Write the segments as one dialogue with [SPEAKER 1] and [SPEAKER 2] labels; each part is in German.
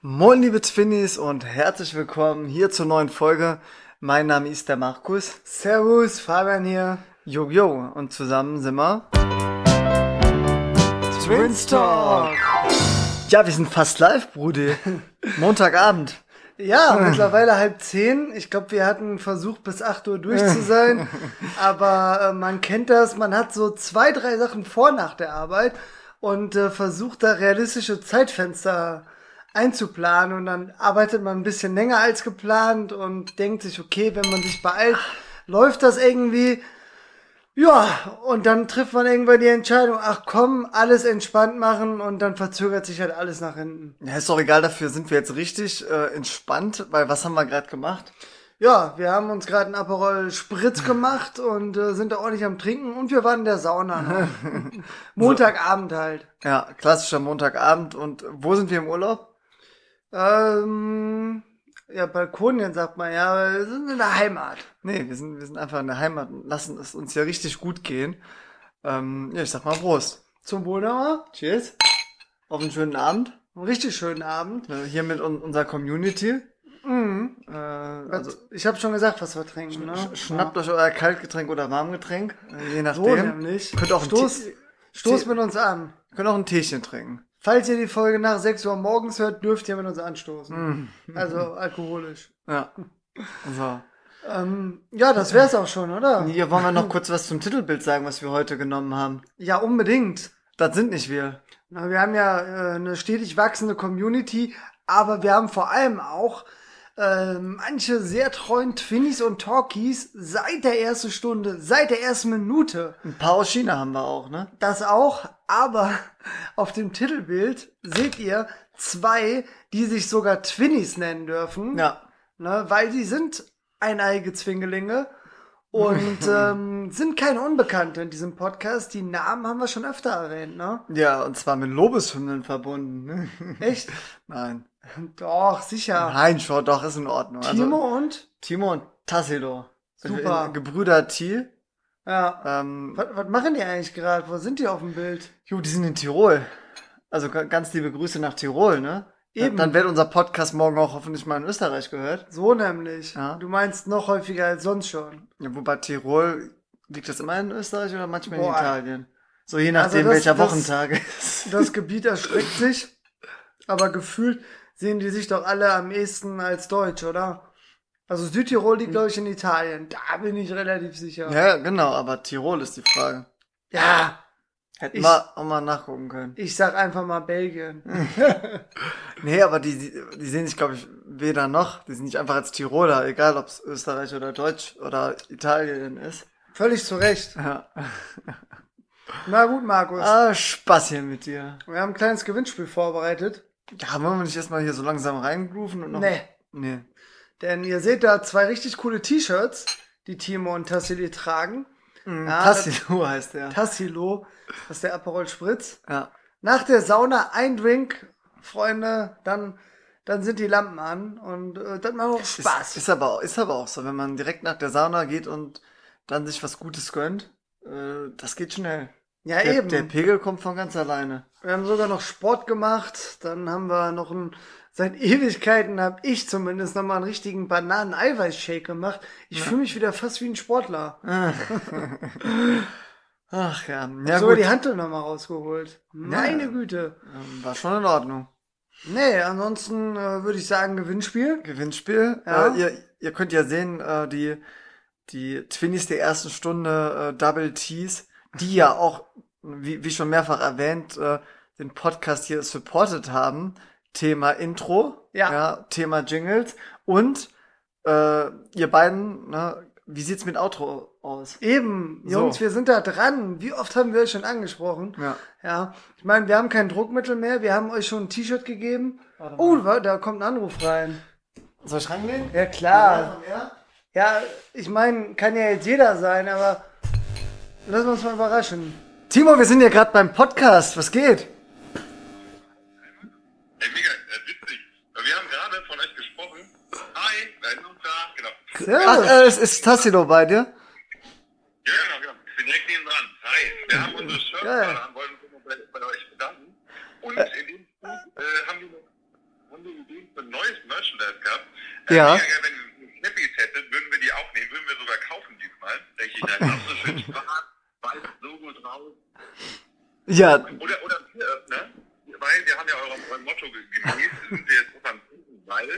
[SPEAKER 1] Moin liebe Twinnies und herzlich willkommen hier zur neuen Folge. Mein Name ist der Markus.
[SPEAKER 2] Servus, Fabian hier.
[SPEAKER 1] Yo yo und zusammen sind wir.
[SPEAKER 2] Twins Talk.
[SPEAKER 1] Ja, wir sind fast live, Brudi. Montagabend.
[SPEAKER 2] Ja, mittlerweile halb zehn. Ich glaube, wir hatten versucht, bis 8 Uhr durch zu sein. Aber äh, man kennt das, man hat so zwei, drei Sachen vor nach der Arbeit und äh, versucht da realistische Zeitfenster einzuplanen und dann arbeitet man ein bisschen länger als geplant und denkt sich, okay, wenn man sich beeilt, läuft das irgendwie. Ja, und dann trifft man irgendwann die Entscheidung, ach komm, alles entspannt machen und dann verzögert sich halt alles nach hinten.
[SPEAKER 1] Ja, ist doch egal, dafür sind wir jetzt richtig äh, entspannt, weil was haben wir gerade gemacht?
[SPEAKER 2] Ja, wir haben uns gerade einen Aperol Spritz gemacht und äh, sind da ordentlich am Trinken und wir waren in der Sauna. noch. Montagabend halt.
[SPEAKER 1] Ja, klassischer Montagabend und wo sind wir im Urlaub?
[SPEAKER 2] Ähm, ja, Balkonien sagt man ja, aber wir sind in der Heimat.
[SPEAKER 1] Nee, wir sind, wir sind einfach in der Heimat und lassen es uns hier richtig gut gehen. Ähm, ja, ich sag mal Prost.
[SPEAKER 2] Zum Wohl nochmal.
[SPEAKER 1] Cheers. Auf einen schönen Abend.
[SPEAKER 2] Einen richtig schönen Abend.
[SPEAKER 1] Äh, Hier mit un unserer Community.
[SPEAKER 2] Mhm.
[SPEAKER 1] Äh, also
[SPEAKER 2] ich habe schon gesagt, was wir trinken. Ne?
[SPEAKER 1] Sch- Schnappt euch euer Kaltgetränk oder Warmgetränk, äh, je
[SPEAKER 2] ja. so
[SPEAKER 1] nachdem.
[SPEAKER 2] nämlich.
[SPEAKER 1] Könnt auch, ein
[SPEAKER 2] Stoß,
[SPEAKER 1] Tee-
[SPEAKER 2] Stoß
[SPEAKER 1] Tee-
[SPEAKER 2] mit uns an.
[SPEAKER 1] könnt auch ein Teechen trinken.
[SPEAKER 2] Falls ihr die Folge nach 6 Uhr morgens hört, dürft ihr mit uns anstoßen. Also alkoholisch.
[SPEAKER 1] Mhm. Ja. So.
[SPEAKER 2] Ähm, ja, das wär's auch schon, oder?
[SPEAKER 1] Hier wollen wir noch kurz was zum Titelbild sagen, was wir heute genommen haben.
[SPEAKER 2] Ja, unbedingt.
[SPEAKER 1] Das sind nicht wir.
[SPEAKER 2] Na, wir haben ja äh, eine stetig wachsende Community, aber wir haben vor allem auch äh, manche sehr treuen Twinnies und Talkies seit der ersten Stunde, seit der ersten Minute.
[SPEAKER 1] Ein paar aus China haben wir auch, ne?
[SPEAKER 2] Das auch, aber auf dem Titelbild seht ihr zwei, die sich sogar Twinnies nennen dürfen,
[SPEAKER 1] Ja.
[SPEAKER 2] ne, weil sie sind eineige Zwingelinge und ähm, sind keine Unbekannte in diesem Podcast. Die Namen haben wir schon öfter erwähnt, ne?
[SPEAKER 1] Ja, und zwar mit Lobeshymnen verbunden. ne?
[SPEAKER 2] Echt?
[SPEAKER 1] Nein.
[SPEAKER 2] Doch, sicher.
[SPEAKER 1] Nein, schon, doch, ist in Ordnung. Also,
[SPEAKER 2] Timo und?
[SPEAKER 1] Timo und Tassilo.
[SPEAKER 2] Super.
[SPEAKER 1] In- Gebrüder T.
[SPEAKER 2] Ja.
[SPEAKER 1] Ähm,
[SPEAKER 2] Was, was machen die eigentlich gerade? Wo sind die auf dem Bild?
[SPEAKER 1] jo, die sind in Tirol. Also ga- ganz liebe Grüße nach Tirol, ne?
[SPEAKER 2] Eben.
[SPEAKER 1] Dann wird unser Podcast morgen auch hoffentlich mal in Österreich gehört.
[SPEAKER 2] So nämlich.
[SPEAKER 1] Ja.
[SPEAKER 2] Du meinst noch häufiger als sonst schon.
[SPEAKER 1] Ja, wobei Tirol, liegt das immer in Österreich oder manchmal in
[SPEAKER 2] Boah. Also
[SPEAKER 1] Italien? So je nachdem,
[SPEAKER 2] das-
[SPEAKER 1] welcher
[SPEAKER 2] das-
[SPEAKER 1] Wochentag ist.
[SPEAKER 2] Das Gebiet erstreckt sich, aber gefühlt sehen die sich doch alle am ehesten als Deutsch, oder? Also Südtirol liegt, glaube ich, in Italien. Da bin ich relativ sicher.
[SPEAKER 1] Ja, ja, genau, aber Tirol ist die Frage.
[SPEAKER 2] Ja,
[SPEAKER 1] Hätten
[SPEAKER 2] Ich-
[SPEAKER 1] wir auch mal nachgucken können.
[SPEAKER 2] ich sag einfach mal Belgien.
[SPEAKER 1] Nee, aber die, die, die sehen sich, glaube ich, weder noch. Die sind nicht einfach als Tiroler, egal ob es Österreich oder Deutsch oder Italien ist.
[SPEAKER 2] Völlig zu Recht.
[SPEAKER 1] Ja.
[SPEAKER 2] Na gut, Markus.
[SPEAKER 1] Ah, Spaß hier mit dir.
[SPEAKER 2] Wir haben ein kleines Gewinnspiel vorbereitet.
[SPEAKER 1] Ja, wollen wir nicht erstmal hier so langsam reingrooven und noch.
[SPEAKER 2] Nee.
[SPEAKER 1] Nee.
[SPEAKER 2] Denn ihr seht da zwei richtig coole T-Shirts, die Timo und Tassili tragen. Ja,
[SPEAKER 1] Tassilo heißt der.
[SPEAKER 2] Tassilo, das ist der Aperol Spritz.
[SPEAKER 1] Ja.
[SPEAKER 2] Nach der Sauna ein Drink, Freunde, dann, dann sind die Lampen an und äh, dann macht auch Spaß.
[SPEAKER 1] Ist, ist, aber, auch- ist aber auch so, wenn man direkt nach der Sauna geht und dann sich was Gutes gönnt, äh, das geht schnell.
[SPEAKER 2] ja,
[SPEAKER 1] der,
[SPEAKER 2] eben.
[SPEAKER 1] der Pegel kommt von ganz alleine.
[SPEAKER 2] wir haben sogar noch Sport gemacht, dann haben wir noch ein, seit Ewigkeiten habe ich zumindest nochmal einen richtigen Bananen-Eiweiß-Shake gemacht. Ich fühle mich wieder fast wie ein Sportler.
[SPEAKER 1] Ach ja,
[SPEAKER 2] Ja,
[SPEAKER 1] ja
[SPEAKER 2] sogar
[SPEAKER 1] gut.
[SPEAKER 2] die Hantel nochmal rausgeholt. Meine Güte.
[SPEAKER 1] Ähm, War schon in Ordnung.
[SPEAKER 2] Nee, ansonsten äh, würde ich sagen, Gewinnspiel.
[SPEAKER 1] Gewinnspiel.
[SPEAKER 2] Ja.
[SPEAKER 1] Äh, ihr, ihr könnt ja sehen, äh, die, die Twinnies der ersten Stunde, äh, Double Tees, die ja auch, wie, wie schon mehrfach erwähnt, äh, den Podcast hier supported haben. Thema Intro,
[SPEAKER 2] Ja.
[SPEAKER 1] Thema Jingles und äh, ihr beiden, ne, wie sieht's mit Outro aus?
[SPEAKER 2] Eben,
[SPEAKER 1] So.
[SPEAKER 2] Jungs, wir sind da dran. Wie oft haben wir euch schon angesprochen?
[SPEAKER 1] Ja.
[SPEAKER 2] Ja, ich meine, wir haben kein Druckmittel mehr. Wir haben euch schon ein T-Shirt gegeben. Oh, wa- da kommt ein Anruf rein.
[SPEAKER 1] Soll ich rangehen?
[SPEAKER 2] Ja, klar. Ja, ich meine, kann ja jetzt jeder sein, aber lassen wir uns mal überraschen.
[SPEAKER 1] Timo, wir sind ja gerade beim Podcast. Was geht?
[SPEAKER 3] Ey, mega äh, witzig. Wir haben gerade von euch gesprochen. Hi, wer ist noch da? Genau.
[SPEAKER 1] Ach,
[SPEAKER 2] Servus.
[SPEAKER 1] äh, es ist Tassilo bei dir?
[SPEAKER 3] Ja, genau, genau. Ich bin direkt neben dran. Hi, wir haben unsere Shirts
[SPEAKER 2] Geil.
[SPEAKER 3] gerade an, wollen uns nochmal bei, bei euch bedanken. Und in dem Zug äh, haben wir noch Kunde Dienst und neues Merchandise gehabt. Äh,
[SPEAKER 1] Ja.
[SPEAKER 3] mega geil, wenn ihr Snappies hättet, würden wir die auch nehmen, würden wir sogar kaufen diesmal. Denke ich, dann hast du schön schwarz, weiß, Logo drauf.
[SPEAKER 1] Ja,
[SPEAKER 3] Oder, oder ein Bieröffner, weil wir haben ja eurem, eurem Motto ge- gemäß, sind wir jetzt auch am Trinken, weil,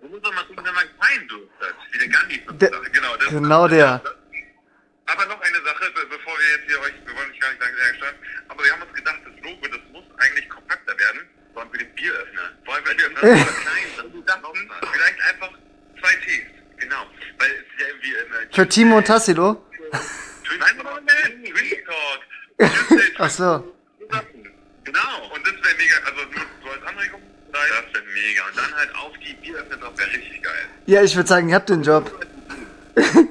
[SPEAKER 3] man muss doch mal gucken, wenn man keinen Durst hat, wie der Gandhi von
[SPEAKER 1] Der-
[SPEAKER 3] Sache. Genau, das,
[SPEAKER 1] genau der.
[SPEAKER 3] aber noch eine Sache, be- bevor wir jetzt hier euch, wir wollen euch gar nicht sagen, sehr gestört, aber wir haben uns gedacht, das Logo, das muss eigentlich kompakter werden, vor allem für den Bieröffner. Vor allem, weil wir öffnen so klein sind. Wir dachten, vielleicht einfach zwei Tees, genau, weil es ist ja irgendwie immer...
[SPEAKER 1] Für Timo und Tassilo?
[SPEAKER 3] Nein, Moment, Twin Talk. Tschüss,
[SPEAKER 1] Ach so.
[SPEAKER 3] Genau, und das wäre mega, also nur so als Anregung. nein, Das wäre mega. Und dann halt auf die Bieröffner drauf, wäre richtig geil.
[SPEAKER 1] Ja, ich würde sagen, ihr habt den Job.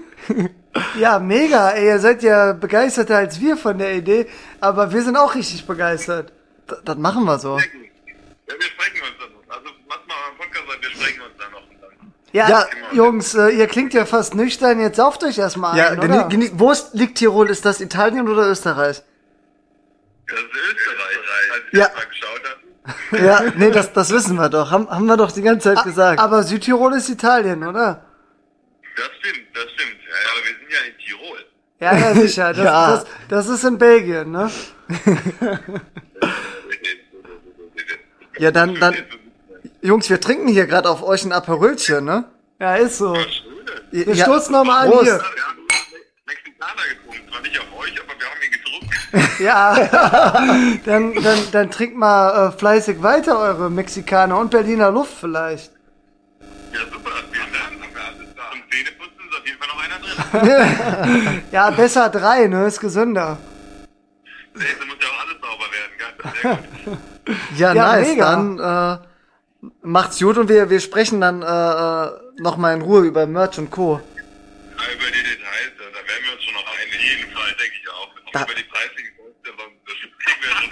[SPEAKER 2] Ja, mega. Ey, ihr seid ja begeisterter als wir von der Idee, aber wir sind auch richtig begeistert.
[SPEAKER 1] D das machen wir so.
[SPEAKER 3] Ja, wir sprechen uns dann noch. Also, mach mal am Podcast, an, wir sprechen uns dann noch. Und dann.
[SPEAKER 2] Ja,
[SPEAKER 1] Ja.
[SPEAKER 2] Jungs, äh, ihr klingt ja fast nüchtern. Jetzt sauft euch erstmal
[SPEAKER 1] Ja,
[SPEAKER 2] ein,
[SPEAKER 1] geni
[SPEAKER 2] oder?
[SPEAKER 1] geni wo ist, liegt Tirol? Ist das Italien oder Österreich?
[SPEAKER 3] Das ist Österreich, als ich
[SPEAKER 1] Ja.
[SPEAKER 3] das mal geschaut habe.
[SPEAKER 1] Ja, nee, das, das wissen wir doch. Haben, haben wir doch die ganze Zeit gesagt.
[SPEAKER 2] Aber Südtirol ist Italien, oder?
[SPEAKER 3] Das stimmt, das stimmt. Ja, aber wir sind ja in Tirol.
[SPEAKER 2] Ja, ja, sicher. Das,
[SPEAKER 1] Ja.
[SPEAKER 2] Das, das ist in Belgien, ne?
[SPEAKER 1] Ja, dann- dann- Jungs, wir trinken hier gerade auf euch ein Aperölchen, ne?
[SPEAKER 2] Ja, ist so.
[SPEAKER 3] Wir
[SPEAKER 1] Wir
[SPEAKER 2] stoßen noch mal an hier.
[SPEAKER 3] haben Mexikaner getrunken, zwar nicht auf euch, aber wir haben ihn getrunken.
[SPEAKER 2] Ja. dann, dann, dann trinkt mal äh, fleißig weiter eure Mexikaner und Berliner Luft vielleicht.
[SPEAKER 3] Ja, super, vielen Dank. Haben wir alles da. Zum Zähneputzen ist auf jeden Fall noch einer drin.
[SPEAKER 2] Ja, besser drei, ne? Ist gesünder.
[SPEAKER 3] Nee, da muss ja auch alles sauber werden, gell? Sehr gut.
[SPEAKER 1] Ja,
[SPEAKER 2] Ja,
[SPEAKER 1] nice.
[SPEAKER 2] mega.
[SPEAKER 1] Dann äh, macht's gut und wir, wir sprechen dann äh, nochmal in Ruhe über Merch und Co.
[SPEAKER 3] Aber über die Details, da da werden wir uns schon noch einig. Auf jeden Fall, denke ich auch. Auch über die preislichen Kosten, aber das kriegen wir schon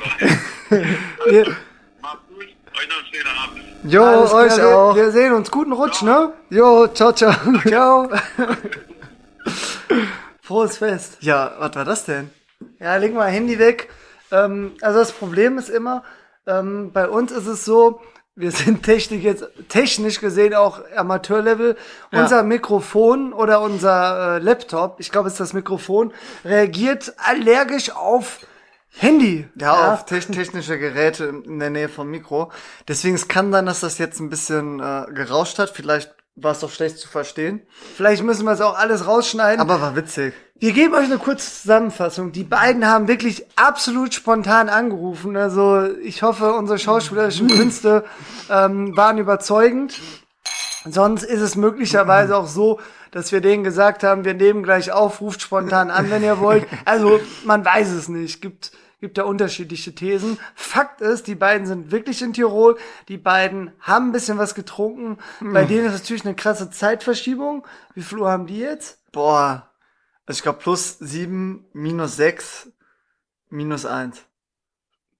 [SPEAKER 3] noch hin.
[SPEAKER 2] Wir,
[SPEAKER 3] Macht's gut, euch noch einen schönen Abend.
[SPEAKER 1] Jo,
[SPEAKER 2] alles
[SPEAKER 1] euch
[SPEAKER 2] klar, wir,
[SPEAKER 1] auch.
[SPEAKER 2] wir sehen uns. Guten Rutsch, ne?
[SPEAKER 1] Jo, ciao, ciao.
[SPEAKER 2] Ciao. Frohes Fest.
[SPEAKER 1] Ja, was war das denn?
[SPEAKER 2] Ja, leg mal Handy weg. Ähm, also das Problem ist immer, ähm, bei uns ist es so, wir sind technisch jetzt technisch gesehen auch Amateurlevel.
[SPEAKER 1] Ja.
[SPEAKER 2] Unser Mikrofon oder unser äh, Laptop, ich glaube es ist das Mikrofon, reagiert allergisch auf Handy.
[SPEAKER 1] Ja, auf te technische Geräte in in der Nähe vom Mikro. Deswegen es kann sein, dass das jetzt ein bisschen äh, gerauscht hat. Vielleicht war es doch schlecht zu verstehen.
[SPEAKER 2] Vielleicht müssen wir es auch alles rausschneiden.
[SPEAKER 1] Aber war witzig.
[SPEAKER 2] Wir geben euch eine kurze Zusammenfassung. Die beiden haben wirklich absolut spontan angerufen. Also ich hoffe, unsere schauspielerischen Künste ähm, waren überzeugend. Sonst ist es möglicherweise auch so, dass wir denen gesagt haben, wir nehmen gleich auf, ruft spontan an, wenn ihr wollt. Also man weiß es nicht. Gibt gibt da unterschiedliche Thesen. Fakt ist, die beiden sind wirklich in Tirol. Die beiden haben ein bisschen was getrunken. Bei denen ist natürlich eine krasse Zeitverschiebung. Wie viel Uhr haben die jetzt?
[SPEAKER 1] Boah. Also ich glaube plus sieben minus sechs minus eins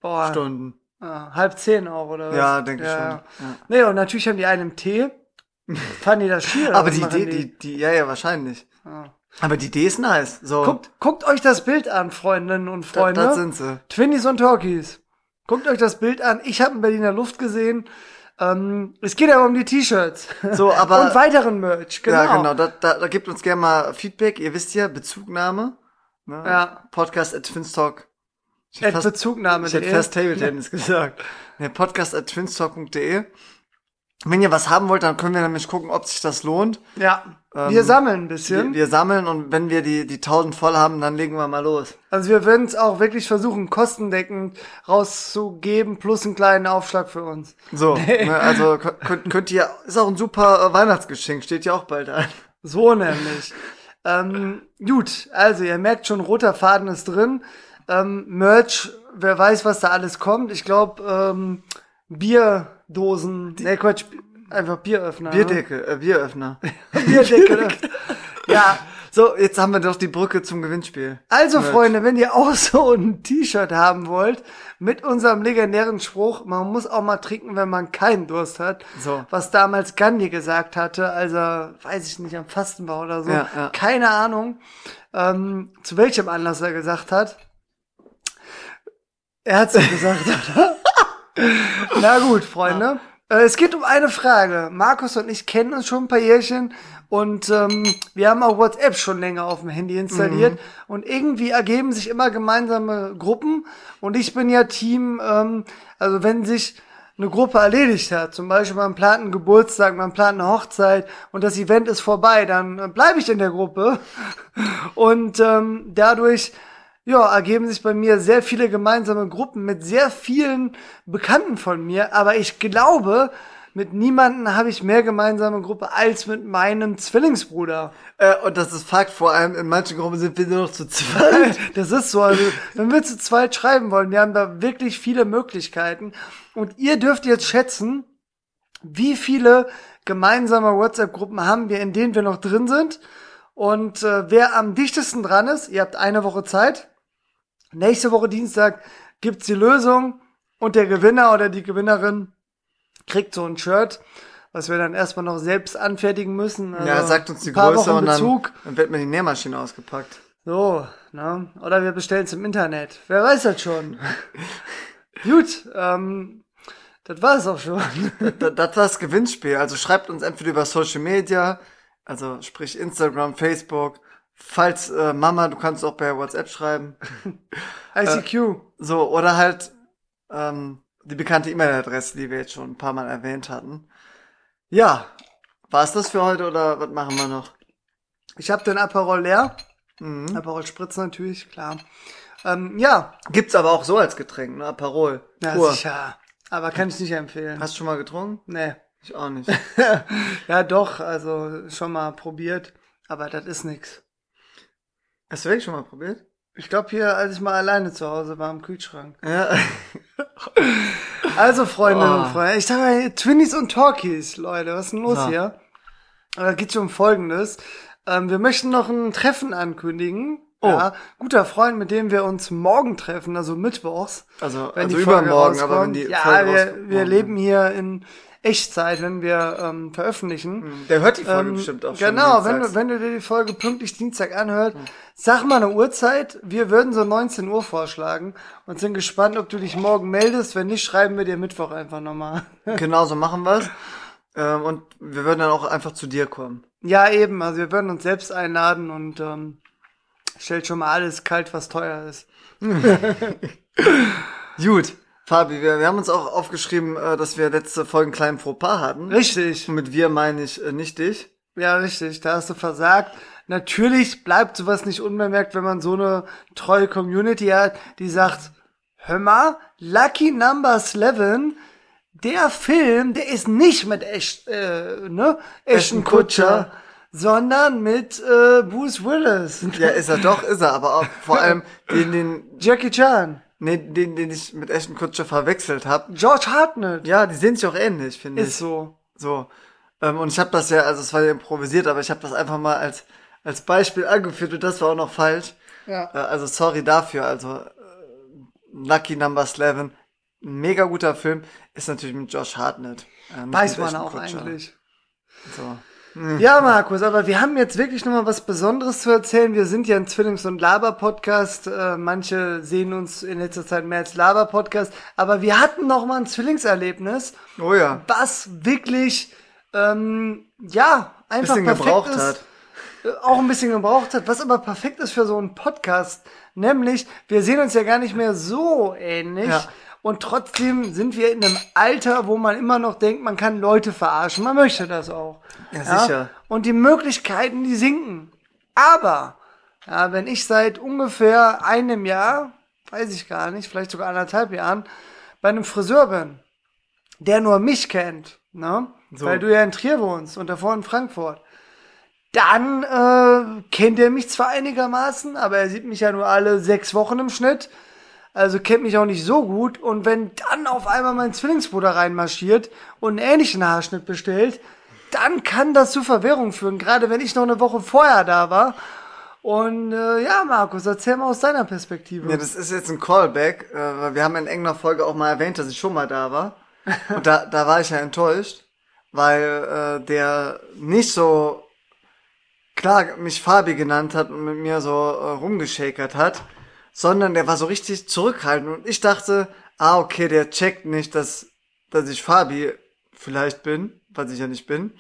[SPEAKER 2] Boah.
[SPEAKER 1] Stunden.
[SPEAKER 2] Ah, halb zehn auch, oder was?
[SPEAKER 1] Ja, denke ich schon. Ja.
[SPEAKER 2] Ja. Nee, und natürlich haben die einen im Tee. Fanden die das schier? oder
[SPEAKER 1] Aber
[SPEAKER 2] was
[SPEAKER 1] die
[SPEAKER 2] machen
[SPEAKER 1] Idee, die, die, ja, ja, wahrscheinlich.
[SPEAKER 2] Ah.
[SPEAKER 1] Aber die Idee ist nice. So,
[SPEAKER 2] Guckt, guckt euch das Bild an, Freundinnen und
[SPEAKER 1] da,
[SPEAKER 2] Freunde.
[SPEAKER 1] das sind sie.
[SPEAKER 2] Twinnies und Talkies. Guckt euch das Bild an. Ich habe in Berliner Luft gesehen. Ähm, es geht aber um die T-Shirts.
[SPEAKER 1] So, aber-
[SPEAKER 2] und weiteren Merch, genau.
[SPEAKER 1] Ja, genau. Da, da, da gebt uns gerne mal Feedback. Ihr wisst ja, Bezugnahme. Ne?
[SPEAKER 2] Ja.
[SPEAKER 1] Podcast at Finstalk. Ich hätte
[SPEAKER 2] At
[SPEAKER 1] fast,
[SPEAKER 2] Bezugnahme.
[SPEAKER 1] ich hätte fast Table Tennis gesagt. Ne, Podcast at Finstalk.de. Wenn ihr was haben wollt, dann können wir nämlich gucken, ob sich das lohnt.
[SPEAKER 2] Ja, wir
[SPEAKER 1] Ähm,
[SPEAKER 2] sammeln ein
[SPEAKER 1] Wir,
[SPEAKER 2] bisschen.
[SPEAKER 1] wir sammeln und wenn wir die, die 1000 voll haben, dann legen wir mal los.
[SPEAKER 2] also wir werden es auch wirklich versuchen, kostendeckend rauszugeben, plus einen kleinen Aufschlag für uns.
[SPEAKER 1] So, ne, also kö- könnt, könnt ihr, ist auch ein super äh, Weihnachtsgeschenk, steht ja auch bald an.
[SPEAKER 2] So nämlich. ähm, gut, also ihr merkt schon, roter Faden ist drin. Ähm, Merch, wer weiß, was da alles kommt. Ich glaube, ähm, Bierdosen, nee, Quatsch, Bi- einfach Bieröffner.
[SPEAKER 1] Bierdeckel, äh, Bieröffner.
[SPEAKER 2] Ne? Bierdeckel. ja,
[SPEAKER 1] So, jetzt haben wir doch die Brücke zum Gewinnspiel.
[SPEAKER 2] also
[SPEAKER 1] Merch.
[SPEAKER 2] Freunde, wenn ihr auch so ein T-Shirt haben wollt, mit unserem legendären Spruch, man muss auch mal trinken, wenn man keinen Durst hat,
[SPEAKER 1] So.
[SPEAKER 2] was damals Gandhi gesagt hatte, also weiß ich nicht, am Fasten war oder so,
[SPEAKER 1] Ja, ja.
[SPEAKER 2] keine Ahnung, ähm, zu welchem Anlass er gesagt hat. Er hat so gesagt, oder? Na gut, Freunde. Äh, Es geht um eine Frage. Markus und ich kennen uns schon ein paar Jährchen und ähm, wir haben auch WhatsApp schon länger auf dem Handy installiert und irgendwie ergeben sich immer gemeinsame Gruppen und ich bin ja Team, ähm, also wenn sich eine Gruppe erledigt hat, zum Beispiel man plant einen Geburtstag, man plant eine Hochzeit und das Event ist vorbei, dann äh, bleibe ich in der Gruppe und ähm, dadurch ja, ergeben sich bei mir sehr viele gemeinsame Gruppen mit sehr vielen Bekannten von mir, aber ich glaube, mit niemanden habe ich mehr gemeinsame Gruppe als mit meinem Zwillingsbruder.
[SPEAKER 1] Äh, und das ist Fakt, vor allem in manchen Gruppen sind wir nur noch zu zweit.
[SPEAKER 2] Das ist so, also wenn wir zu zweit schreiben wollen, wir haben da wirklich viele Möglichkeiten und ihr dürft jetzt schätzen, wie viele gemeinsame WhatsApp-Gruppen haben wir, in denen wir noch drin sind und äh, wer am dichtesten dran ist, ihr habt eine Woche Zeit, Nächste Woche Dienstag gibt's die Lösung und der Gewinner oder die Gewinnerin kriegt so ein Shirt, was wir dann erstmal noch selbst anfertigen müssen.
[SPEAKER 1] ja,
[SPEAKER 2] Also
[SPEAKER 1] sagt uns die
[SPEAKER 2] ein paar
[SPEAKER 1] Größe
[SPEAKER 2] Wochen
[SPEAKER 1] und dann,
[SPEAKER 2] Bezug.
[SPEAKER 1] dann wird mir die Nähmaschine ausgepackt.
[SPEAKER 2] So, ne? Oder wir bestellen es im Internet. Wer weiß das schon? Gut, ähm, das war's auch schon.
[SPEAKER 1] Da- Das war das Gewinnspiel. Also schreibt uns entweder über Social Media, also sprich Instagram, Facebook. Falls äh, Mama, du kannst auch per WhatsApp schreiben.
[SPEAKER 2] ICQ.
[SPEAKER 1] So, oder halt ähm, die bekannte E-Mail-Adresse, die wir jetzt schon ein paar Mal erwähnt hatten. Ja, war's das für heute oder was machen wir noch?
[SPEAKER 2] Ich habe den Aperol leer.
[SPEAKER 1] Mhm.
[SPEAKER 2] Aperol Spritz natürlich, klar. Ähm, ja,
[SPEAKER 1] Gibt's aber auch so als Getränk, ne? Aperol.
[SPEAKER 2] ja
[SPEAKER 1] Pur.
[SPEAKER 2] sicher. Aber kann ich nicht empfehlen.
[SPEAKER 1] Hast du schon mal getrunken?
[SPEAKER 2] Nee.
[SPEAKER 1] Ich auch nicht.
[SPEAKER 2] ja, doch, also schon mal probiert, aber das ist nix.
[SPEAKER 1] Hast du wirklich schon mal probiert?
[SPEAKER 2] Ich glaube hier, als ich mal alleine zu Hause war im Kühlschrank.
[SPEAKER 1] Ja.
[SPEAKER 2] Also, Freundinnen
[SPEAKER 1] Oh.
[SPEAKER 2] und Freunde, ich sage mal, Twinnies und Talkies, Leute, was ist denn los
[SPEAKER 1] So.
[SPEAKER 2] hier? Aber Da geht's um Folgendes. Ähm, wir möchten noch ein Treffen ankündigen.
[SPEAKER 1] Oh.
[SPEAKER 2] Ja, guter Freund, mit dem wir uns morgen treffen, also mittwochs.
[SPEAKER 1] Also,
[SPEAKER 2] wenn
[SPEAKER 1] also
[SPEAKER 2] die Folge
[SPEAKER 1] übermorgen, aber wenn
[SPEAKER 2] rauskommt.
[SPEAKER 1] die
[SPEAKER 2] Ja,
[SPEAKER 1] Folge
[SPEAKER 2] wir,
[SPEAKER 1] rauskommt,
[SPEAKER 2] wir
[SPEAKER 1] morgen.
[SPEAKER 2] leben hier in Echtzeit, wenn wir ähm, veröffentlichen.
[SPEAKER 1] Hm, Der hört die Folge
[SPEAKER 2] Ähm,
[SPEAKER 1] bestimmt auch schon.
[SPEAKER 2] genau, wenn
[SPEAKER 1] dienstags. Hm.
[SPEAKER 2] du, wenn du dir die Folge pünktlich Dienstag anhört, sag mal eine Uhrzeit. Wir würden so 19 Uhr vorschlagen und sind gespannt, ob du dich morgen meldest. Wenn nicht, schreiben wir dir Mittwoch einfach nochmal.
[SPEAKER 1] Genau, so machen wir's. Ähm, und wir würden dann auch einfach zu dir kommen.
[SPEAKER 2] ja, eben. Also wir würden uns selbst einladen und ähm, stellt schon mal alles kalt, was teuer ist.
[SPEAKER 1] Gut. Fabi, wir, wir haben uns auch aufgeschrieben, äh, dass wir letzte Folge einen kleinen Fauxpas hatten.
[SPEAKER 2] Richtig.
[SPEAKER 1] Und mit wir meine ich äh, nicht dich.
[SPEAKER 2] Ja, richtig, da hast du versagt. Natürlich bleibt sowas nicht unbemerkt, wenn man so eine treue Community hat, die sagt, hör mal, Lucky Number 11, der Film, der ist nicht mit echt, äh, ne, echten
[SPEAKER 1] Ashton Kutcher.
[SPEAKER 2] Kutscher, sondern mit äh, Bruce Willis,
[SPEAKER 1] Ja, ist er doch, ist er, aber auch vor allem den, den,
[SPEAKER 2] Jackie Chan,
[SPEAKER 1] nee, den, den ich mit Ashton Kutscher verwechselt habe.
[SPEAKER 2] George Hartnett.
[SPEAKER 1] Ja, die sehen sich auch ähnlich, finde ich.
[SPEAKER 2] Ist so.
[SPEAKER 1] So. Ähm, und ich habe das ja, also es war ja improvisiert, aber ich habe das einfach mal als, als Beispiel angeführt und das war auch noch falsch.
[SPEAKER 2] Ja.
[SPEAKER 1] Äh, also sorry dafür. Also äh, Lucky Number 11, ein mega guter Film, ist natürlich mit Josh Hartnett. äh, nicht
[SPEAKER 2] Weiß
[SPEAKER 1] mit
[SPEAKER 2] man
[SPEAKER 1] Ashton
[SPEAKER 2] auch
[SPEAKER 1] Kutcher.
[SPEAKER 2] eigentlich.
[SPEAKER 1] So.
[SPEAKER 2] Ja, Markus, aber wir haben jetzt wirklich nochmal was Besonderes zu erzählen. Wir sind ja ein Zwillings- und Laber-Podcast. Äh, manche sehen uns in letzter Zeit mehr als Laber-Podcast. Aber wir hatten nochmal ein Zwillingserlebnis,
[SPEAKER 1] Oh ja.
[SPEAKER 2] was wirklich, ähm, ja, einfach
[SPEAKER 1] Bisschen
[SPEAKER 2] perfekt
[SPEAKER 1] gebraucht
[SPEAKER 2] ist.
[SPEAKER 1] hat.
[SPEAKER 2] Äh, Auch ein bisschen gebraucht hat, was aber perfekt ist für so einen Podcast. Nämlich, wir sehen uns ja gar nicht mehr so ähnlich.
[SPEAKER 1] Ja.
[SPEAKER 2] Und trotzdem sind wir in einem Alter, wo man immer noch denkt, man kann Leute verarschen. Man möchte das auch.
[SPEAKER 1] Ja, sicher.
[SPEAKER 2] Und die Möglichkeiten, die sinken. Aber, ja, wenn ich seit ungefähr einem Jahr, weiß ich gar nicht, vielleicht sogar anderthalb Jahren, bei einem Friseur bin, der nur mich kennt, ne?
[SPEAKER 1] So.
[SPEAKER 2] Weil du ja in Trier wohnst und davor in Frankfurt. Dann äh, kennt er mich zwar einigermaßen, aber er sieht mich ja nur alle sechs Wochen im Schnitt. Also kennt mich auch nicht so gut. Und wenn dann auf einmal mein Zwillingsbruder reinmarschiert und einen ähnlichen Haarschnitt bestellt, dann kann das zu Verwirrung führen. Gerade wenn ich noch eine Woche vorher da war. Und äh, ja, Markus, erzähl mal aus deiner Perspektive.
[SPEAKER 1] Ja, das ist jetzt ein Callback, äh, weil wir haben in irgendeiner Folge auch mal erwähnt, dass ich schon mal da war. Und da, da war ich ja enttäuscht, weil äh, der nicht so klar mich Fabi genannt hat und mit mir so äh, rumgeschäkert hat, sondern der war so richtig zurückhaltend und ich dachte, ah, okay, der checkt nicht, dass, dass ich Fabi vielleicht bin, was ich ja nicht bin.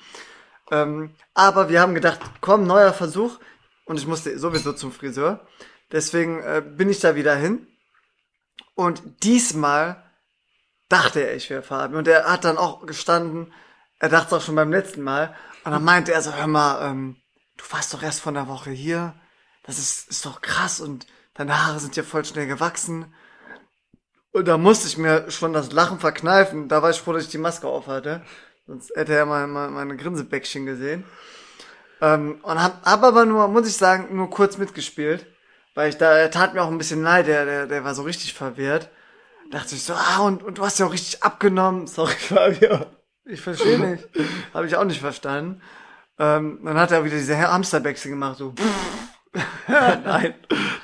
[SPEAKER 1] Ähm, aber wir haben gedacht, komm, neuer Versuch. Und ich musste sowieso zum Friseur. Deswegen äh, bin ich da wieder hin. Und diesmal dachte er, ich wäre Fabi. Und er hat dann auch gestanden, er dachte es auch schon beim letzten Mal. Und dann meinte er so, hör mal, ähm, du warst doch erst vor einer Woche hier. Das ist, ist doch krass. Und deine Haare sind ja voll schnell gewachsen. Und da musste ich mir schon das Lachen verkneifen. Da war ich froh, dass ich die Maske aufhatte. Sonst hätte er mal, mal meine Grinsebäckchen gesehen. Ähm, und hab, hab aber nur, muss ich sagen, nur kurz mitgespielt. Weil ich da, er tat mir auch ein bisschen leid, der, der, der war so richtig verwirrt. Dachte ich so, ah, und, und du hast ja auch richtig abgenommen. Sorry, Fabio.
[SPEAKER 2] Ich verstehe nicht.
[SPEAKER 1] Habe ich auch nicht verstanden. Ähm, dann hat er wieder diese Hamsterbäckchen gemacht, so. Nein,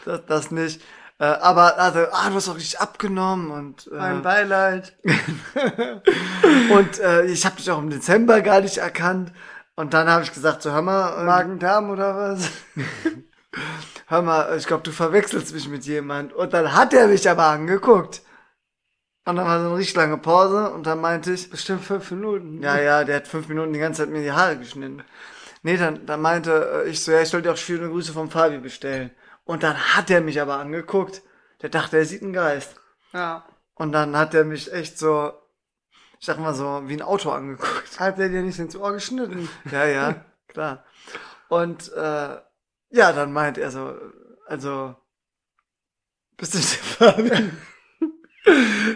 [SPEAKER 1] das, das nicht. Äh, aber also, ah, du hast auch richtig abgenommen und
[SPEAKER 2] Mein
[SPEAKER 1] äh,
[SPEAKER 2] Beileid.
[SPEAKER 1] und äh, ich habe dich auch im Dezember gar nicht erkannt. Und dann habe ich gesagt, so hör mal, ähm,
[SPEAKER 2] Magen-Darm oder was?
[SPEAKER 1] hör mal, ich glaube, du verwechselst mich mit jemand. Und dann hat er mich aber angeguckt. Und dann war so eine richtig lange Pause und dann meinte ich,
[SPEAKER 2] Bestimmt fünf Minuten.
[SPEAKER 1] Ja, ja, der hat fünf Minuten die ganze Zeit mir die Haare geschnitten. Nee, dann, dann meinte äh, ich so, ja, ich soll dir auch schöne Grüße vom Fabi bestellen. Und dann hat er mich aber angeguckt. Der dachte, er sieht einen Geist.
[SPEAKER 2] ja.
[SPEAKER 1] Und dann hat er mich echt so, ich sag mal so, wie ein Auto angeguckt.
[SPEAKER 2] Hat er dir nicht ins Ohr geschnitten?
[SPEAKER 1] Ja, ja, klar. Und äh, ja, dann meint er so, also, bist du der Fabi?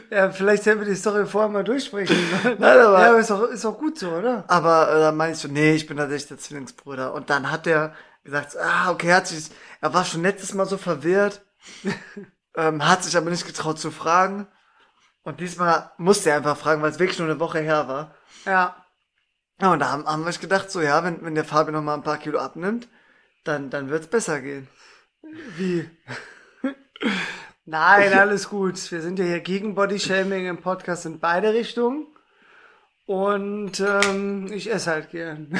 [SPEAKER 2] Ja, vielleicht hätten wir die Story vorher mal durchsprechen sollen.
[SPEAKER 1] Nein, aber-
[SPEAKER 2] ja, aber ist auch, ist auch gut so, oder?
[SPEAKER 1] Aber äh, dann meinte ich so, nee, ich bin tatsächlich der Zwillingsbruder. Und dann hat er gesagt, ah, okay, hat sich, er war schon letztes Mal so verwirrt, ähm, hat sich aber nicht getraut zu fragen. Und diesmal musste er einfach fragen, weil es wirklich nur eine Woche her war.
[SPEAKER 2] Ja.
[SPEAKER 1] Ja, und da haben, haben wir gedacht, so, ja, wenn, wenn der Fabi noch mal ein paar Kilo abnimmt, dann, dann wird's besser gehen.
[SPEAKER 2] Wie? Nein, alles gut. Wir sind ja hier gegen Bodyshaming im Podcast in beide Richtungen. Und ähm, ich esse halt gern.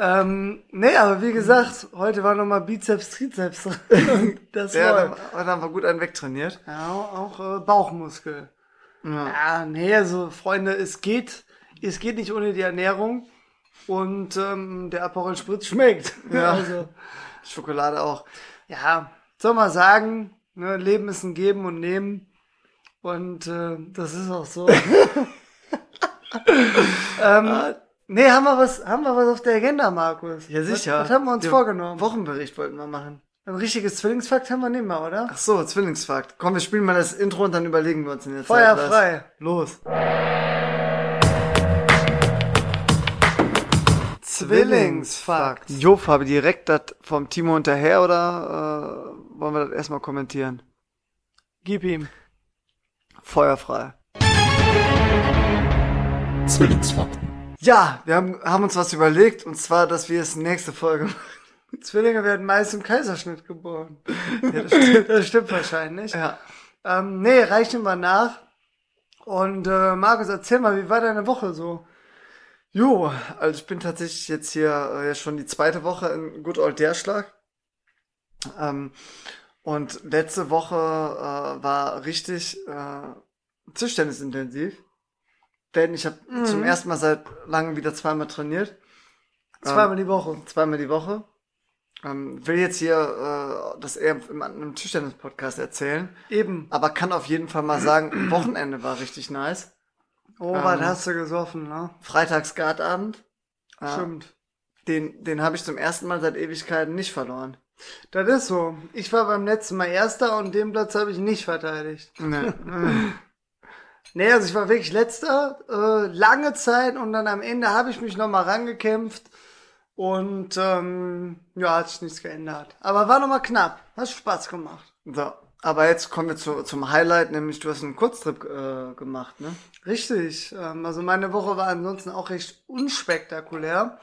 [SPEAKER 2] ähm, nee, aber wie gesagt, heute war nochmal Bizeps, Trizeps drin. Das
[SPEAKER 1] Ja,
[SPEAKER 2] war
[SPEAKER 1] dann, dann haben wir gut einen wegtrainiert.
[SPEAKER 2] ja, auch äh, Bauchmuskel.
[SPEAKER 1] Ja.
[SPEAKER 2] Ja, nee, also Freunde, es geht, es geht nicht ohne die Ernährung und ähm, der Aperol Spritz schmeckt.
[SPEAKER 1] Ja.
[SPEAKER 2] Also,
[SPEAKER 1] Schokolade auch.
[SPEAKER 2] ja, soll man sagen, ne, Leben ist ein Geben und Nehmen und äh, das ist auch so. ähm, nee, haben wir was, haben wir was auf der Agenda, Markus?
[SPEAKER 1] Ja, sicher.
[SPEAKER 2] Was, was haben wir uns
[SPEAKER 1] Den
[SPEAKER 2] vorgenommen?
[SPEAKER 1] Wochenbericht wollten wir machen.
[SPEAKER 2] Ein richtiges Zwillingsfakt haben wir nicht mehr, oder?
[SPEAKER 1] Ach so, Zwillingsfakt. Komm, wir spielen mal das Intro und dann überlegen wir uns in der
[SPEAKER 2] Feuer
[SPEAKER 1] Zeit was.
[SPEAKER 2] frei.
[SPEAKER 1] Los.
[SPEAKER 2] Zwillingsfakt.
[SPEAKER 1] Jo, Fabi, direkt das vom Timo hinterher oder äh, wollen wir das erstmal kommentieren?
[SPEAKER 2] Gib ihm.
[SPEAKER 1] Feuerfrei.
[SPEAKER 4] Zwillingsfakten.
[SPEAKER 1] Ja, wir haben, haben uns was überlegt und zwar, dass wir es nächste Folge machen.
[SPEAKER 2] Zwillinge werden meist im Kaiserschnitt geboren.
[SPEAKER 1] Ja, das stimmt.
[SPEAKER 2] Das stimmt wahrscheinlich.
[SPEAKER 1] ja.
[SPEAKER 2] Ähm, nee, reichen wir nach. Und äh, Markus, erzähl mal, wie war deine Woche so?
[SPEAKER 1] Jo, also ich bin tatsächlich jetzt hier äh, ja schon die zweite Woche in Good Old Derschlag. Ähm, und letzte Woche äh, war richtig äh, tischtennisintensiv. Denn ich habe zum ersten Mal seit langem wieder zweimal trainiert. ähm,
[SPEAKER 2] Zweimal die Woche.
[SPEAKER 1] Zweimal die Woche. Ähm, will jetzt hier äh, das eher im, in einem Tischtennis-Podcast erzählen.
[SPEAKER 2] Eben.
[SPEAKER 1] Aber kann auf jeden Fall mal sagen, Wochenende war richtig nice.
[SPEAKER 2] Oh,
[SPEAKER 1] Ähm.
[SPEAKER 2] was hast du gesoffen, ne?
[SPEAKER 1] Freitags Guardabend. Äh,
[SPEAKER 2] Stimmt.
[SPEAKER 1] Den, den habe ich zum ersten Mal seit Ewigkeiten nicht verloren.
[SPEAKER 2] Das ist so. Ich war beim letzten Mal Erster und den Platz habe ich nicht verteidigt.
[SPEAKER 1] Ne.
[SPEAKER 2] Nee, also ich war wirklich Letzter, äh, lange Zeit und dann am Ende habe ich mich nochmal rangekämpft und ähm, ja, hat sich nichts geändert. Aber war nochmal knapp. Hat Spaß gemacht.
[SPEAKER 1] so, aber jetzt kommen wir zu, zum Highlight, nämlich du hast einen Kurztrip äh, gemacht, ne?
[SPEAKER 2] Richtig. Ähm, Also meine Woche war ansonsten auch recht unspektakulär.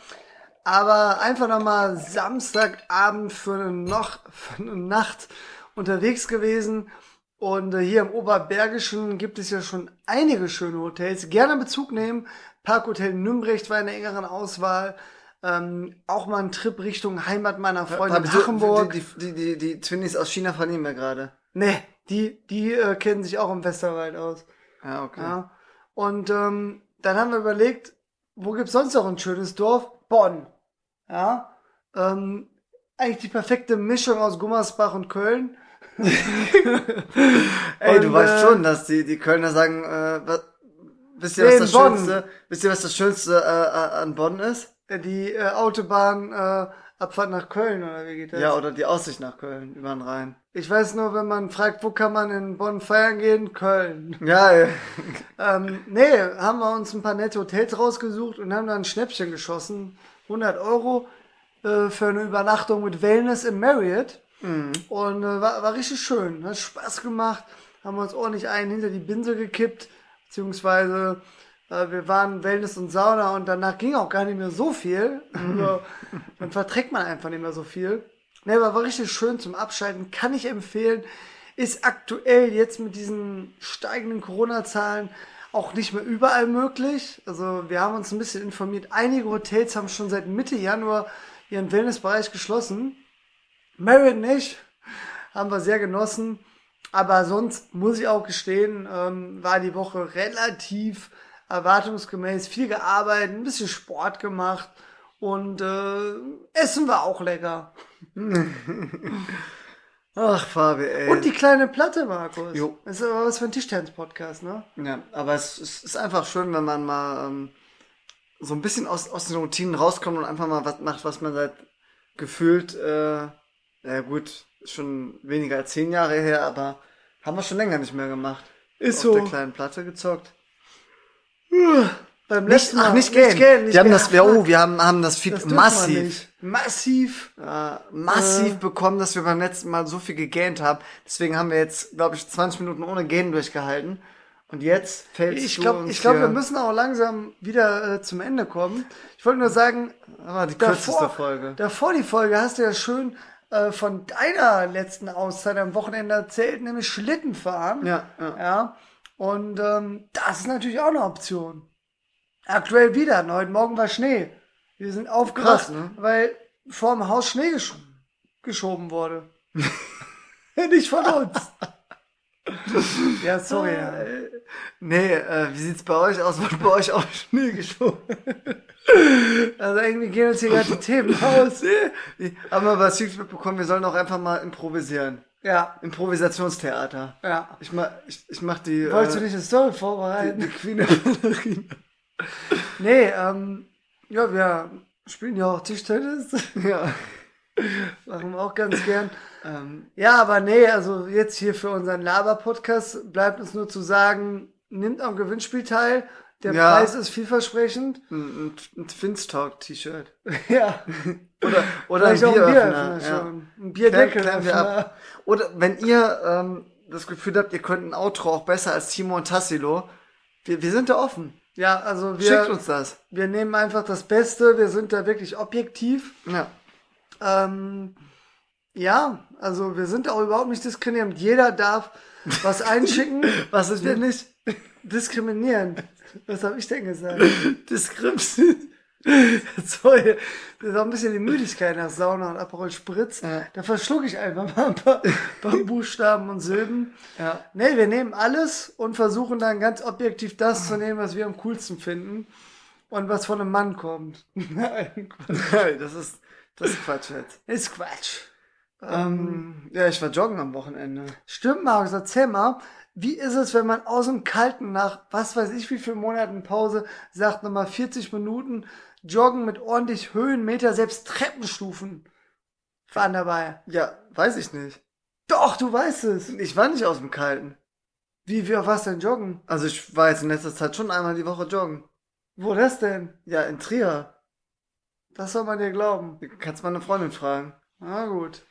[SPEAKER 2] Aber einfach nochmal Samstagabend für eine, noch, für eine Nacht unterwegs gewesen. Und äh, hier im Oberbergischen gibt es ja schon einige schöne Hotels. Gerne Bezug nehmen. Parkhotel Nümbrecht war in der engeren Auswahl. Ähm, auch mal ein Trip Richtung Heimat meiner Freundin
[SPEAKER 1] Hab ich so-
[SPEAKER 2] Hachenburg.
[SPEAKER 1] Die, die, die, die Twinnies aus China vernehmen wir gerade.
[SPEAKER 2] Nee, die, die äh, kennen sich auch im Westerwald aus.
[SPEAKER 1] Ja, okay.
[SPEAKER 2] Ja. Und ähm, dann haben wir überlegt, wo gibt's sonst noch ein schönes Dorf? Bonn. Ja. Ähm, eigentlich die perfekte Mischung aus Gummersbach und Köln.
[SPEAKER 1] Ey, du
[SPEAKER 2] Und,
[SPEAKER 1] weißt
[SPEAKER 2] äh,
[SPEAKER 1] schon, dass die, die Kölner sagen, äh, was, wisst ihr,
[SPEAKER 2] Nee,
[SPEAKER 1] was
[SPEAKER 2] in
[SPEAKER 1] das
[SPEAKER 2] Bonn.
[SPEAKER 1] Schönste, wisst ihr, was das Schönste äh, äh, an Bonn ist?
[SPEAKER 2] Die äh, Autobahn äh, Abfahrt nach Köln, oder wie geht das?
[SPEAKER 1] Ja, oder die Aussicht nach Köln, über den Rhein.
[SPEAKER 2] Ich weiß nur, wenn man fragt, wo kann man in Bonn feiern gehen? Köln.
[SPEAKER 1] Ja, ey.
[SPEAKER 2] Ähm, nee, haben wir uns ein paar nette Hotels rausgesucht und haben dann ein Schnäppchen geschossen. 100 Euro äh, für eine Übernachtung mit Wellness im Marriott. Und äh, war, war richtig schön. Hat Spaß gemacht. Haben uns ordentlich einen hinter die Binse gekippt. Beziehungsweise äh, wir waren Wellness und Sauna und danach ging auch gar nicht mehr so viel. Also, dann verträgt man einfach nicht mehr so viel. Nee, aber war richtig schön zum Abschalten. Kann ich empfehlen. Ist aktuell jetzt mit diesen steigenden Corona-Zahlen auch nicht mehr überall möglich. Also wir haben uns ein bisschen informiert. Einige Hotels haben schon seit Mitte Januar ihren Wellnessbereich geschlossen. Marriott nicht. Haben wir sehr genossen. Aber sonst muss ich auch gestehen, ähm, war die Woche relativ erwartungsgemäß. Viel gearbeitet, ein bisschen Sport gemacht und äh, Essen war auch lecker.
[SPEAKER 1] Ach, Fabi, ey.
[SPEAKER 2] Und die kleine Platte, Markus.
[SPEAKER 1] Äh. Jo.
[SPEAKER 2] Ist aber was für ein Tischtennis-Podcast, ne?
[SPEAKER 1] ja, aber es, es ist einfach schön, wenn man mal ähm, so ein bisschen aus, aus den Routinen rauskommt und einfach mal was macht, was man seit gefühlt, äh, ja gut, schon weniger als zehn Jahre her, aber haben wir schon länger nicht mehr gemacht.
[SPEAKER 2] Ist
[SPEAKER 1] Auf
[SPEAKER 2] so.
[SPEAKER 1] der kleinen Platte gezockt.
[SPEAKER 2] Beim
[SPEAKER 1] Nicht,
[SPEAKER 2] letzten Mal.
[SPEAKER 1] ach, nicht gähn.
[SPEAKER 2] gähnen, nicht
[SPEAKER 1] wir haben
[SPEAKER 2] gähnen.
[SPEAKER 1] das, wir, oh, wir haben, haben das Feed
[SPEAKER 2] Das dürfen wir
[SPEAKER 1] massiv,
[SPEAKER 2] nicht. Massiv.
[SPEAKER 1] äh, massiv
[SPEAKER 2] Äh.
[SPEAKER 1] bekommen, dass wir beim letzten Mal so viel gegähnt haben. Deswegen haben wir jetzt, glaube ich, 20 Minuten ohne Gähnen durchgehalten. Und jetzt fällt
[SPEAKER 2] Ich
[SPEAKER 1] du
[SPEAKER 2] glaube,
[SPEAKER 1] uns
[SPEAKER 2] ich glaub,
[SPEAKER 1] hier-
[SPEAKER 2] wir müssen auch langsam wieder äh, zum Ende kommen. Ich wollte nur sagen,
[SPEAKER 1] Aber Ah, die kürzeste
[SPEAKER 2] davor,
[SPEAKER 1] Folge.
[SPEAKER 2] davor die Folge hast du ja schön äh, von deiner letzten Auszeit am Wochenende erzählt, nämlich Schlittenfahren.
[SPEAKER 1] Ja, ja.
[SPEAKER 2] ja. Und ähm, das ist natürlich auch eine Option. Aktuell wieder. und Heute Morgen war Schnee. Wir sind aufgewacht,
[SPEAKER 1] Krass, ne?
[SPEAKER 2] weil vor dem Haus Schnee gesch geschoben wurde. Nicht von uns. ja, sorry.
[SPEAKER 1] Äh.
[SPEAKER 2] ja.
[SPEAKER 1] Oh Nee, äh, wie sieht's bei euch aus? Wird bei euch auch Schnee geschoben?
[SPEAKER 2] Also irgendwie gehen uns hier gerade die Themen aus.
[SPEAKER 1] Nee, Haben wir was Feed mitbekommen, wir sollen auch einfach mal improvisieren.
[SPEAKER 2] Ja,
[SPEAKER 1] Improvisationstheater.
[SPEAKER 2] ja.
[SPEAKER 1] Ich mach, ich, ich mach die.
[SPEAKER 2] Wolltest
[SPEAKER 1] äh,
[SPEAKER 2] du nicht eine Story
[SPEAKER 1] die
[SPEAKER 2] vorbereiten?
[SPEAKER 1] Queen of Ballerina.
[SPEAKER 2] Nee, ähm, ja, wir spielen ja auch Tischtennis.
[SPEAKER 1] Ja.
[SPEAKER 2] Machen wir auch ganz gern.
[SPEAKER 1] Ähm,
[SPEAKER 2] Ja, aber nee, also jetzt hier für unseren Laber-Podcast bleibt uns nur zu sagen, nimmt am Gewinnspiel teil. Der
[SPEAKER 1] Ja.
[SPEAKER 2] Preis ist vielversprechend.
[SPEAKER 1] ein, ein, ein Finstalk-T-Shirt.
[SPEAKER 2] Ja.
[SPEAKER 1] Oder, oder ein
[SPEAKER 2] Vielleicht auch ein
[SPEAKER 1] Bieröffner.
[SPEAKER 2] Bieröffner
[SPEAKER 1] ja.
[SPEAKER 2] schon. Ein
[SPEAKER 1] Klären,
[SPEAKER 2] Bierdeckel.
[SPEAKER 1] klären wir ab. Oder wenn ihr ähm, das Gefühl habt, ihr könnt ein Outro auch besser als Timo und Tassilo, wir, wir sind da offen.
[SPEAKER 2] Ja, also
[SPEAKER 1] Schickt
[SPEAKER 2] wir,
[SPEAKER 1] uns das.
[SPEAKER 2] wir nehmen einfach das Beste. Wir sind da wirklich objektiv.
[SPEAKER 1] Ja.
[SPEAKER 2] Ähm, ja, also wir sind auch überhaupt nicht diskriminierend. Jeder darf was einschicken.
[SPEAKER 1] Was ist, wenn nicht?
[SPEAKER 2] diskriminierend. Was habe ich denn gesagt?
[SPEAKER 1] Diskrips.
[SPEAKER 2] Sorry, das ist auch ein bisschen die Müdigkeit nach Sauna und Aperol Spritz.
[SPEAKER 1] Ja.
[SPEAKER 2] Da verschlucke ich einfach mal ein paar, paar Buchstaben und Silben.
[SPEAKER 1] Ja.
[SPEAKER 2] Nee, wir nehmen alles und versuchen dann ganz objektiv das zu nehmen, was wir am coolsten finden und was von einem Mann kommt. Nein, Quatsch.
[SPEAKER 1] Nein, das ist, das ist Quatsch jetzt.
[SPEAKER 2] ist Quatsch.
[SPEAKER 1] Ähm, ja, ich war joggen am Wochenende.
[SPEAKER 2] Ah, Stimmt, Markus, erzähl mal, wie ist es, wenn man aus dem Kalten nach, was weiß ich, wie vielen Monaten Pause sagt, nochmal 40 Minuten joggen mit ordentlich Höhenmeter, selbst Treppenstufen waren dabei.
[SPEAKER 1] Ja, weiß ich nicht.
[SPEAKER 2] Doch, du weißt es.
[SPEAKER 1] Ich war nicht aus dem Kalten.
[SPEAKER 2] Wie, wie, auf was denn joggen?
[SPEAKER 1] Also ich war jetzt in letzter Zeit schon einmal die Woche joggen.
[SPEAKER 2] Wo das denn?
[SPEAKER 1] Ja, in Trier.
[SPEAKER 2] Das soll man dir glauben.
[SPEAKER 1] Kannst meine Freundin fragen.
[SPEAKER 2] Na gut.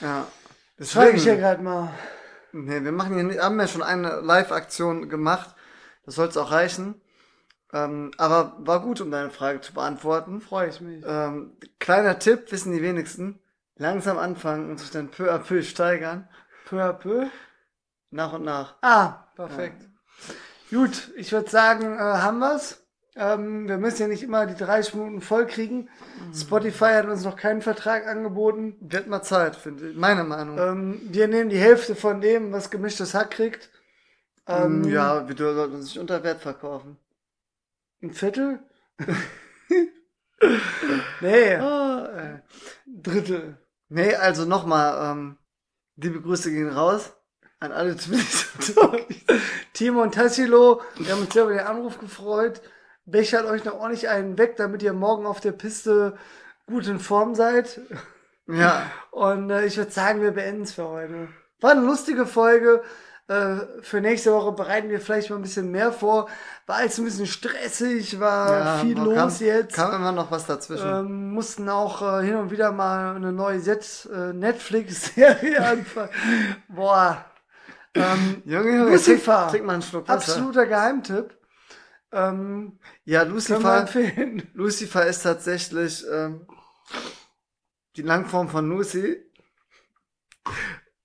[SPEAKER 1] Ja.
[SPEAKER 2] Das schreibe ich ja gerade mal.
[SPEAKER 1] Nee, wir machen hier nicht, haben ja schon eine Live-Aktion gemacht. Das soll es auch reichen. Ähm, aber war gut, um deine Frage zu beantworten.
[SPEAKER 2] Freue ich mich.
[SPEAKER 1] Ähm, kleiner Tipp, wissen die wenigsten. Langsam anfangen und sich dann peu à peu steigern.
[SPEAKER 2] Peu à peu.
[SPEAKER 1] Nach und nach.
[SPEAKER 2] Ah, perfekt. Gut, ich würde sagen, äh, haben wir's. Ähm, wir müssen ja nicht immer die 30 Minuten voll kriegen. Spotify hat uns noch keinen Vertrag angeboten.
[SPEAKER 1] Mhm. Wird mal Zeit, finde ich. Meine Meinung.
[SPEAKER 2] Ähm, wir nehmen die Hälfte von dem, was gemischtes Hack kriegt. Ähm,
[SPEAKER 1] Mm, ja, wir sollten sich unter Wert verkaufen.
[SPEAKER 2] Ein Viertel? nee,
[SPEAKER 1] Ah, äh.
[SPEAKER 2] Drittel.
[SPEAKER 1] Nee, also nochmal, ähm, liebe Grüße gehen raus an alle Twitter.
[SPEAKER 2] Timo und Tassilo, wir haben uns sehr über den Anruf gefreut. Bechert euch noch ordentlich einen weg, damit ihr morgen auf der Piste gut in Form seid.
[SPEAKER 1] ja,
[SPEAKER 2] Und äh, ich würde sagen, wir beenden es für heute. War eine lustige Folge. Äh, für nächste Woche bereiten wir vielleicht mal ein bisschen mehr vor. War alles ein bisschen stressig, war
[SPEAKER 1] ja,
[SPEAKER 2] Ah, viel los
[SPEAKER 1] kam,
[SPEAKER 2] jetzt.
[SPEAKER 1] Kam immer noch was dazwischen.
[SPEAKER 2] ähm, mussten auch äh, hin und wieder mal eine neue Set- äh, Netflix-Serie anfangen. Boah. Ähm,
[SPEAKER 1] Junge, Junge,
[SPEAKER 2] Lucifer.
[SPEAKER 1] trink, trink mal einen Schluck Wasser.
[SPEAKER 2] absoluter Geheimtipp. Ähm,
[SPEAKER 1] Ja,
[SPEAKER 2] können wir
[SPEAKER 1] Lucifer,
[SPEAKER 2] empfehlen.
[SPEAKER 1] Lucifer ist tatsächlich ähm, die Langform von Lucy.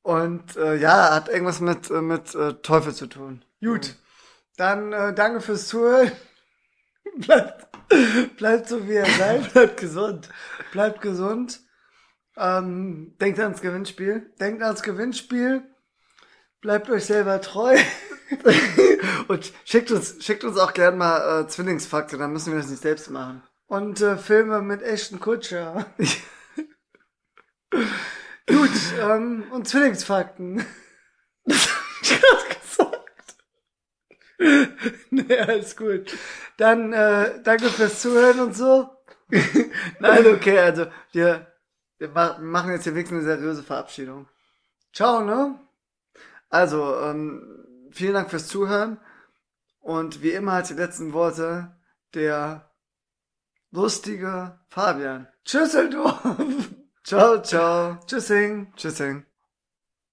[SPEAKER 1] Und äh, ja, hat irgendwas mit, äh, mit äh, Teufel zu tun.
[SPEAKER 2] Gut.
[SPEAKER 1] Mhm.
[SPEAKER 2] Dann äh, danke fürs Zuhören. Bleibt, bleibt so, wie ihr seid.
[SPEAKER 1] Bleibt gesund.
[SPEAKER 2] Bleibt gesund. Ähm,
[SPEAKER 1] Denkt ans Gewinnspiel.
[SPEAKER 2] denkt ans Gewinnspiel. Bleibt euch selber treu.
[SPEAKER 1] Und schickt uns, schickt uns auch gern mal äh, Zwillingsfakte, dann müssen wir das nicht selbst machen.
[SPEAKER 2] Und äh, Filme mit echten Kutscher. Gut, ähm, und Zwillingsfakten. nee, alles gut. Dann äh, danke fürs Zuhören und so.
[SPEAKER 1] Nein, okay, also wir, wir ma- machen jetzt hier wenigstens eine seriöse Verabschiedung.
[SPEAKER 2] Ciao, ne?
[SPEAKER 1] Also, ähm, vielen Dank fürs Zuhören. Und wie immer als die letzten Worte der lustige Fabian.
[SPEAKER 2] Tschüsseldorf.
[SPEAKER 1] Ciao, ciao.
[SPEAKER 2] Tschüssing.
[SPEAKER 1] Tschüssing.